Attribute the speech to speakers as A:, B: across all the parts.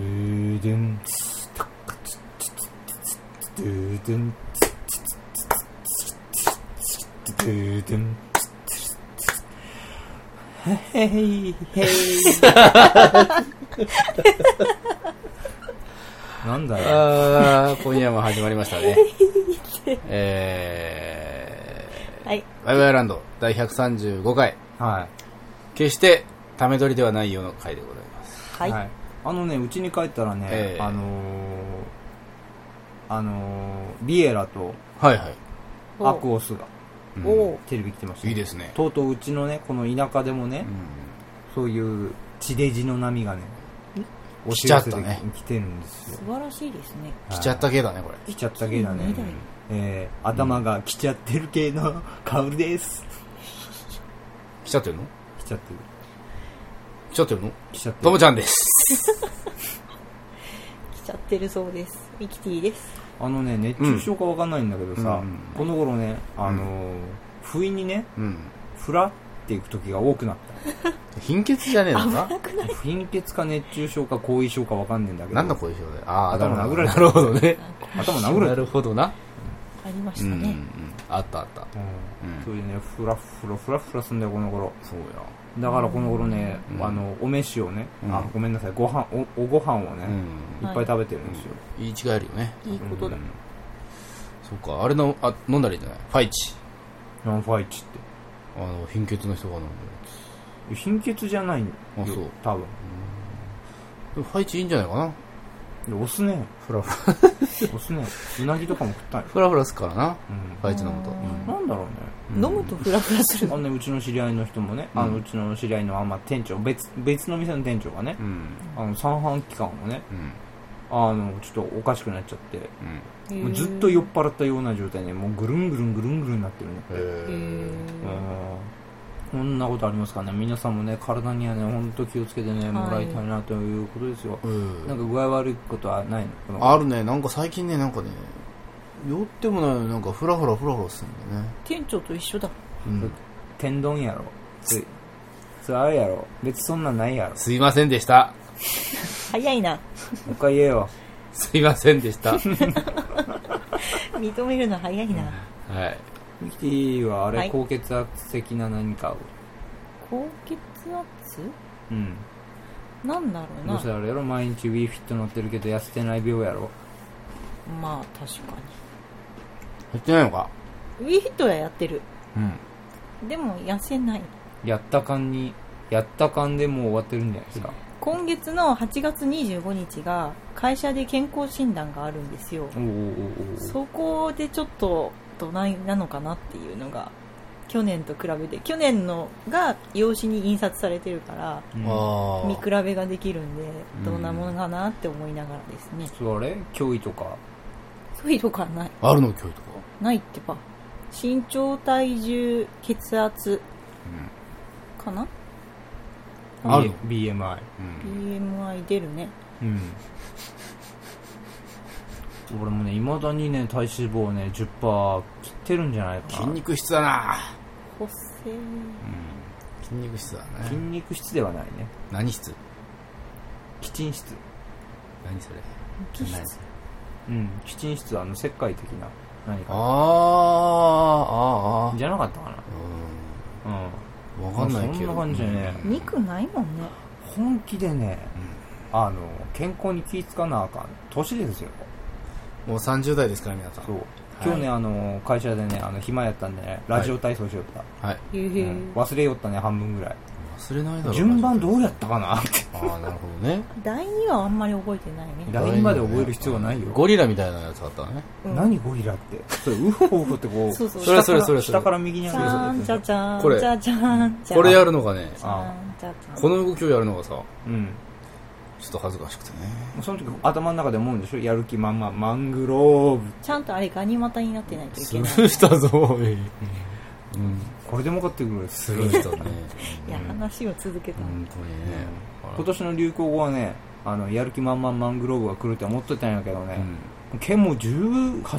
A: ドゥンツタッカツツツツツドゥドゥンツツツツツツツドゥドゥンツツツツヘイヘイなんだろう
B: あー今夜も始まりましたね。 え
C: はい。
B: ー、ワイワイランド第135回。
A: は
B: 決して、ため取りではないような回でございます。
A: い、
C: は。
A: はいい、あのねうちに帰ったらね、
B: ええ
A: あのー、あのー、ビエラと
B: はいはい。
A: アクオスが
B: うん
C: お
A: テレビ来てました、
B: いいですね。
A: とうとううちのねこの田舎でもね、
B: うん
A: そういう地デジの波がね押
B: 来
A: し
B: ちゃ
A: 寄
B: っ
A: せ
B: た
A: て
B: ね
A: きてるんですよ
C: 素晴らしいですね。
B: 来ちゃった系だね、これ。
A: 来ちゃった系だ
C: いい
A: ね
C: ね、
A: えー、頭が来ちゃってる系のカウルです
B: 来ちゃってるの
A: 来ちゃってる
B: 来ちゃってるの
A: 来ちゃってる
B: ともちゃんです。
C: 来ちゃってるそうです。ミキティです。
A: あのね熱中症かわかんないんだけどさ、
B: うん
A: この頃ねあのー不意にね
B: うん。
A: ふらっていく時が多くなっ
B: 貧血じゃねえの
A: た
B: か
A: 貧血か熱中症か後遺症かわかんねえんだけど
B: なんだ後遺症だよ。ああ、
A: 頭殴られ
B: な
A: た
B: るほどね。
A: 頭殴ら
B: な
A: れた、
B: るほどな。
C: ありまし
B: うん
C: た
B: うんう
C: ね。
B: ん。あったあった。
A: うん
B: うん
A: それでねふらふらふらふらすんだよこの頃
B: そうや。
A: だからこの頃ね、
B: うん
A: あのお飯をね、
B: うん
A: あごめんなさいご飯おおご飯をね、
B: う
A: い
B: ん。
A: っぱい食べてるんですよ、
B: 言い違えるよね。
C: いいことだ
B: う。んそうか、あれの、あ、飲んだらいいんじゃないファイチ。
A: ナンファイチって
B: あの、貧血の人が飲んで
A: 貧血じゃないよ
B: あそう
A: 多分
B: る。ファイチいいんじゃないかな
A: でお酢ね
B: フラ フラ。
A: お酢ねうなぎとかも食ったんよ、
B: フラフラすっからな。
A: う
B: ファイチ飲むと。
A: ん、なんだろうね
C: 飲むとフラフラする
A: あ。のねうちの知り合いの人もね、あのうちの知り合いのあんま店長別別の店の店長がね
B: う、ん。
A: あの三半期間をね
B: うん。
A: あのちょっとおかしくなっちゃって
B: うん。
A: もうずっと酔っ払ったような状態でもうぐるんぐるんぐるんぐるんなってるね
B: へ
C: へー
B: ー
A: こんなことありますからね皆さんもね体にはね本当気をつけてね、もらいたいなということですよ、
B: うん
A: なんか具合悪いことはないのこの
B: あるね、なんか最近ね、なんかね、酔ってもないのになんかフラフラフラフラするんだよね。
C: 店長と一緒だ。
B: うん。
A: 天丼やろつつあれやろ別にそんなんないやろ
B: すいませんでした。
C: 早いな。
A: もう一回言えよ
B: すいませんで した。はい。
C: 認めるの早いな。
A: ミキティはあれ、
C: はい
A: 高血圧的な何かを
C: 高血
A: うん
C: 圧なんだろう
A: どうせ
C: な。
A: あれやろ毎日 w ーフィット乗ってるけど痩せてない病やろ
C: まあ、確か
B: やってないのか
C: に。ウィヒットはやってる。
B: うん。
C: でも、痩せない。
A: やった感にやった感でもう終わってるんじゃないですか、
C: 今月の8月25日が、会社で健康診断があるんですよ。
A: おおおうおうおう
C: そこでちょっとどないなのかなっていうのが去年と比べて去年のが用紙に印刷されてるから
A: うん
B: ああ。
C: 見比べができるんで
B: うん
C: どんなものかなって思いながらですね
A: そうあれ脅威とか
C: そういうとかない
B: あるの、今日とか。
C: ないってば身長体重血圧かな
B: ある
A: B- BMI
B: うん。
C: BMI 出るね
A: うん俺もねいまだにね体脂肪ね10%切ってるんじゃないかな
B: 筋肉質だな
C: 補正
B: 筋肉質だ
A: 筋
B: ね。
A: 肉質ではないね
B: 何質
A: 基陳質
B: 何それ
C: 基質
A: うん基陳質はあの石灰的な何
B: あー
A: か
B: あー、あーあ
A: じゃなかったかなうん
B: ー。わかんない
A: そ
B: けど。
A: んな感じだね
C: 肉ないもんね
A: 本気でねあの健康に気ぃつかなあかん年ですよ
B: うんもう30代ですから、皆さん。
A: そう今日ね、あの会社でねあの暇やったんでねラジオ体操しよった、
B: はい。
C: へえ、
A: うん忘れよったね半分ぐらい
B: 忘れないだろうな。
A: 順番どうやったかなって
B: ああ、なるほどね。
C: 第2はあんまり覚えてないね
A: ラインまで覚える必要はないよ
B: ゴリラみたいなやつあったね。
C: うん
A: 何ゴリラってそれウホウホってこう
C: そうそう
B: それそれそれそれ
A: 下から右に
C: じ
A: 上
C: ゃーんじゃ
A: る
C: じゃーん
B: これ
C: じゃじゃーんじゃじゃーん
B: これやるのがね、
A: あ
C: じゃじゃん
B: この動きをやるのがさ、
A: うん
B: ちょっと恥ずかしくてね。
A: その時頭の中で思うんでしょやる気満々マングローブ
C: ちゃんとあれガニ股になってないとい
B: ス
C: け
B: ル
C: ない
B: ーしたぞ、おい。うん。
A: これでもかってくる
B: スルーしたね。
C: いや話を続けた、
B: 本当にね。
A: 今年の流行語はねあのやる気満々マングローブが来るって思ってたんやけど
B: う
A: ね
B: ん。
A: 剣も18か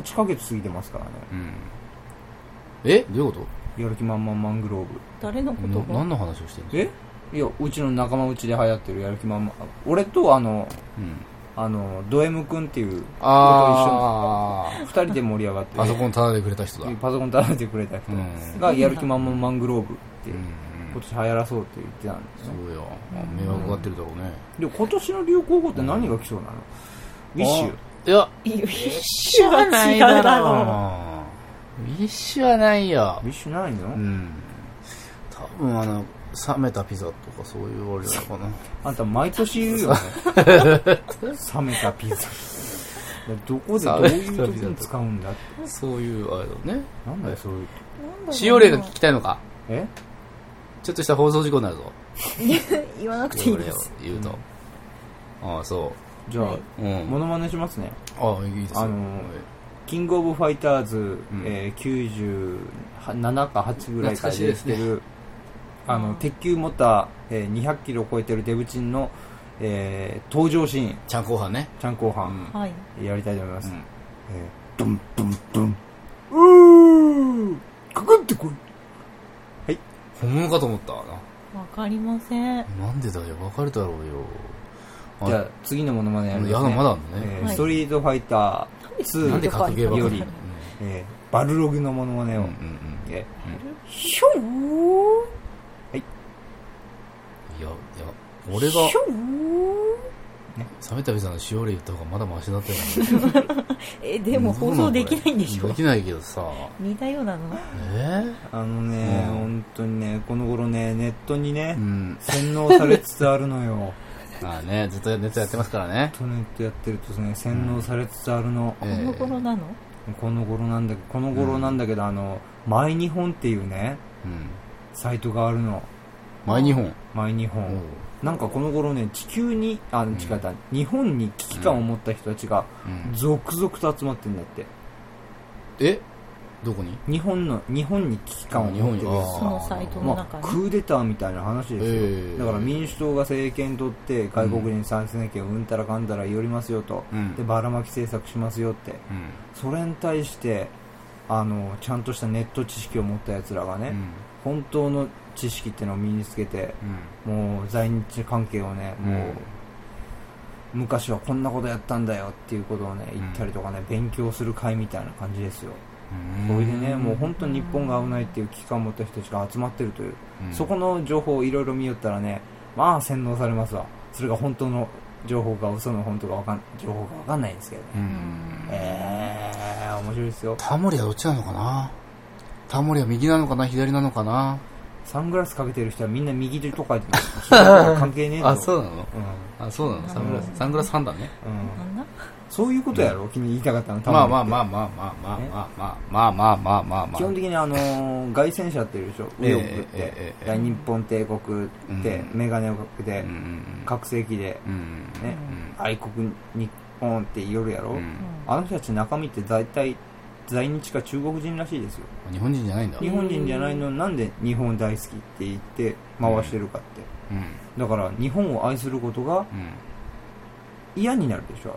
A: 8ヶ月過ぎてますからね
B: うん。えどういうこ
A: やる気満々マングローブ
C: 誰の
B: と
C: 言
B: な
C: 葉
B: 何の話をしてる
A: え
B: の
A: いやうちの仲間うちで流行ってるやる気満々俺とあの
B: うん。
A: あのド M 君っていう
B: ああ
A: 二人で盛り上がって
B: パソコンただでくれた人だ
A: パソコン食べてくれた人
B: うん
A: がやる気満々マングローブって
B: うんう
A: 今
B: ん
A: 年流行らそうって言ってたんですよ
B: そうよあ迷惑がかってるだろうね
A: で今年の流行語って何が来そうなのウィッシュ
B: いや
C: ウィッシュは違うだろ
B: ウィッシュはないよ
A: ウィッシュないの、
B: うん多分あの冷めたピザとかそういうあれなのかな
A: あんた毎年言うよ ね冷めたピザどこでどういう時に使うんだって
B: そういうあれだね
A: なんだよそういう
C: う。
B: 使用例が聞きたいのか
A: え
B: ちょっとした放送事故になるぞ
C: 言わなくていい
B: 俺
C: で
B: を
C: す。
B: 言うとああそ
A: じゃあ、
B: ううん
A: モノマネしますね
B: ああいいですよ
A: あのーキングオブファイターズ、えー97か8ぐらいから出てきてる、あの鉄球持った、えー200キロを超えてるデブチンの、えー登場シーン
B: ちゃん後半ね
A: ちゃん後
B: う
A: 半
B: ん
C: はい。
A: やりたいと思います、
B: うん
A: えードンドンドンうーかかってこい
B: 本物かと思ったわ
C: わかりません。
B: ななんでだよわかるだろうよあ
A: じゃあ次のものまでやります、
B: やだ
A: ね
B: まだあんの
A: え
B: ね
A: ー
C: はい
A: ストリートファイター2
B: なんで格ゲーばっかり
A: よりえーバルログのものまねを、
B: うんうんうん
A: え
C: ひょー
B: いやいや俺が
C: ひょー
B: 冷めたピザのしおれ言った方がまだマシだったよね
C: え、 でも
B: どう
C: 放
B: なの
C: 送できないんでし
B: で
C: ょ
B: きないけどさ
C: 似たようなの
B: えー
A: ーあのね、
B: うん
A: 本当にねこの頃ねネットにね、
B: うん
A: 洗脳されつつあるのよ本
B: まあねずっとネットやってますからね
A: 当ネットやってるとね洗脳されつつあるの、
B: え
C: この頃なの
A: この頃なんだけどこの頃なんだけど、あの「マイ日本」っていうね
B: うん
A: サイトがあるの
B: 前日本
A: マイ日本、
B: おう
A: なんかこの頃ね地球にあの違った、日本に危機感を持った人たちが
B: うん
A: 続々と集まってるんだって
B: えどこに
A: 日本の日本に危機感を持ってる
B: あ
A: や
B: ー
C: そのサイトの
A: まあ
C: 中、に。
A: クーデターみたいな話ですよ、
B: ええ
A: だから民主党が政権取って外国人参戦権をうんたらかんたら寄りますよと、
B: うん
A: でばらまき政策しますよって
B: うん
A: それに対してあのちゃんとしたネット知識を持ったやつらがね、
B: うん
A: 本当の知識ってのを身につけて
B: うん
A: もう在日関係をね、もう昔はこんなことやったんだよっていうことをね言ったりとかね、勉強する会みたいな感じですよ、それでねもう本当に日本が危ないっていう危機感を持った人たちが集まってるという、
B: うん
A: そこの情報をいろいろ見よったらねまあ洗脳されますわそれが本当の情報か嘘の本当かわかん情報かわかんないんですけどね、
B: うん
A: えー、面白いですよ
B: タモリはどっちなのかなタモリは右なのかな左なのかな
A: サングラスかけてる人はみんな右手とか言 ってます関係ねえぞ
B: うなの
A: う
B: あそうなの
C: サングラス
B: サングラス判断ね
A: んうん
C: なんだ
A: そういうことやろ、君言いたかったの多分
B: まあまあまあまあまあまあまあまあまあまあまあまあ
A: 基本的にあの ー凱旋者っているでしょ
B: ええ
A: 右翼って、
B: ええええ
A: 大日本帝国って
B: うん
A: 眼鏡をかけて
B: うんうん
A: 拡声器で
B: うんうん
A: ね
B: うん
A: 愛国日本って言うやろ、
B: うん
A: あの人たち中身って大体在日か中国人らしいですよ
B: 日本人じゃないんだ
A: 日本人じゃないのになんで日本大好きって言って回してるかって、
B: うん
A: だから日本を愛することが
B: うん
A: 嫌になるでしょあ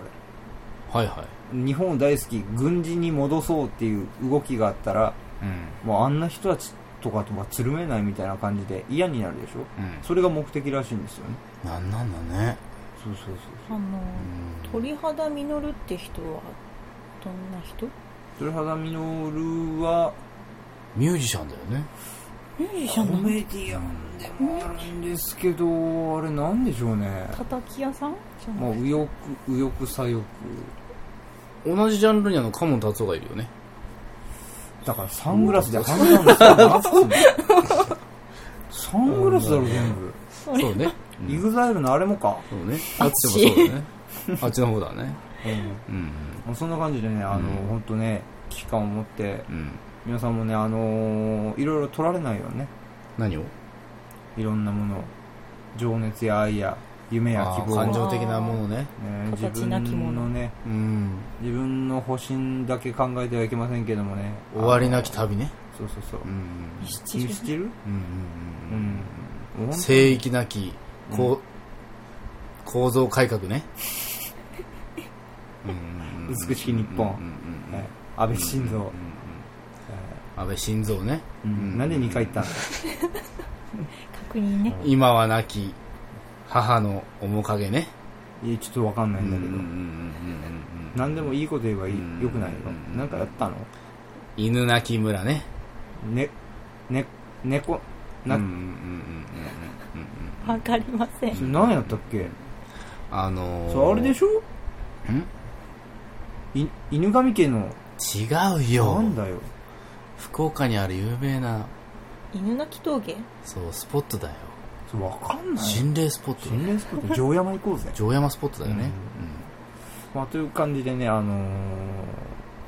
B: はいはい
A: れ日本を大好き軍人に戻そうっていう動きがあったら
B: うん
A: もうあんな人たちとかとはつるめないみたいな感じで嫌になるでしょ
B: うん
A: それが目的らしいんですよね
B: なんなんだね
A: そうそう
C: あ
A: そう
C: の、
B: うん
C: 鳥肌実るって人は、どんな人
A: 鳥肌実は
B: ミュージシャンだよね
C: ミュージシ
A: コ
C: ャンの
A: メディアンでもあるんですけどあれなんでしょうね
C: 叩き屋さんじゃ
A: ま
C: な
A: あ
C: い
A: 右翼右翼左翼
B: 同じジャンルにあのカモン達夫がいるよね
A: だからサングラスで判断するなっつうのサングラスだろ全部
B: そう ねうん
A: イグザイルのあれもか、
B: そうねあっちもそうだねあっちの方だね
A: うん
B: うん
A: もうそんな感じでねあの、
B: うん
A: 本当ね危機感を持って
B: うん
A: 皆さんもねあのーいろいろ取られないようにね
B: 何を
A: いろんなものを情熱や愛や夢や
B: あ
A: 希
B: ー
A: 望
B: 感
A: ね
B: 情的なものね
A: 自
C: 形なきも
A: 分
C: の
A: のね
B: うん
A: 自分の保身だけ考えてはいけませんけどもね
B: 終わりなき旅ね
A: あのそうそうそう
B: うん
C: ミスチ
A: ミ
C: ル
A: スチル
B: うん
A: うん
B: う
A: 本
B: ん
A: 当
B: 聖域なきこう構造改 革ねうん
A: 美しき日本
B: うんうんうん
A: ね安倍晋三、
B: うんうん安倍晋三ね
A: うんなんで2回言ったんだ
C: 確認ね。
B: 今は亡き母の面影ね
A: いやちょっとわかんないんだけど、
B: うんうんうんうんうん
A: 何でもいいこと言えばいい、
B: うん
A: よくないよ
B: うん
A: なんかやったの
B: 犬鳴き村ね
A: ねね猫な、
B: うんうんうんうんうんうん
C: わかりません
A: それ何やったっけ
B: あのー、
A: それあれでしょ
B: ん
A: い犬神家の
B: 違うよ
A: なんだよ
B: 福岡にある有名な
C: 犬鳴峠
B: そうスポットだよ
A: それわかんない
B: 心霊スポットだよ
A: 心霊スポット城山行こうぜ、
B: 城山スポットだよね、
A: まあ、という感じでねあのー、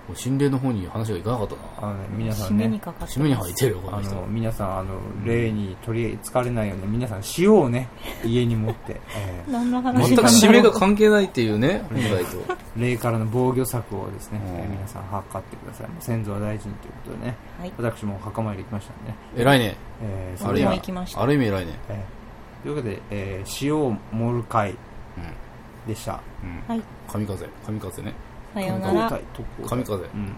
B: うん、心霊の方に話がいかなかった
A: あ
B: な
A: のね皆さ
C: 締
A: ん
C: めに
A: ね
C: かかって
B: 締めに入ってるよこ
A: あ
B: の人
A: の皆さんあの例に取りつかれないように皆さん塩を ね家に持って、 え
C: 何の
B: 全
C: 話な
B: く
C: んだろう
B: 締めが関係ないっていうね本来と
A: ー霊からの防御策をですね、
B: うん
A: えー皆さん測ってください先祖は大事にということでね
C: はい
A: 私も墓参り行きましたんでね、
B: 偉いね
A: えー
C: あ
A: そ
B: あ
A: れ
B: る
A: では
B: 意
C: もう
B: 味
C: 行きました
B: ある意味偉いね
A: えーということで、えー塩を盛る会でした
B: うん、うん
C: はい
B: 神風神風ね
C: さような
A: 今
C: ら
A: 回特攻隊
B: 神風
A: うん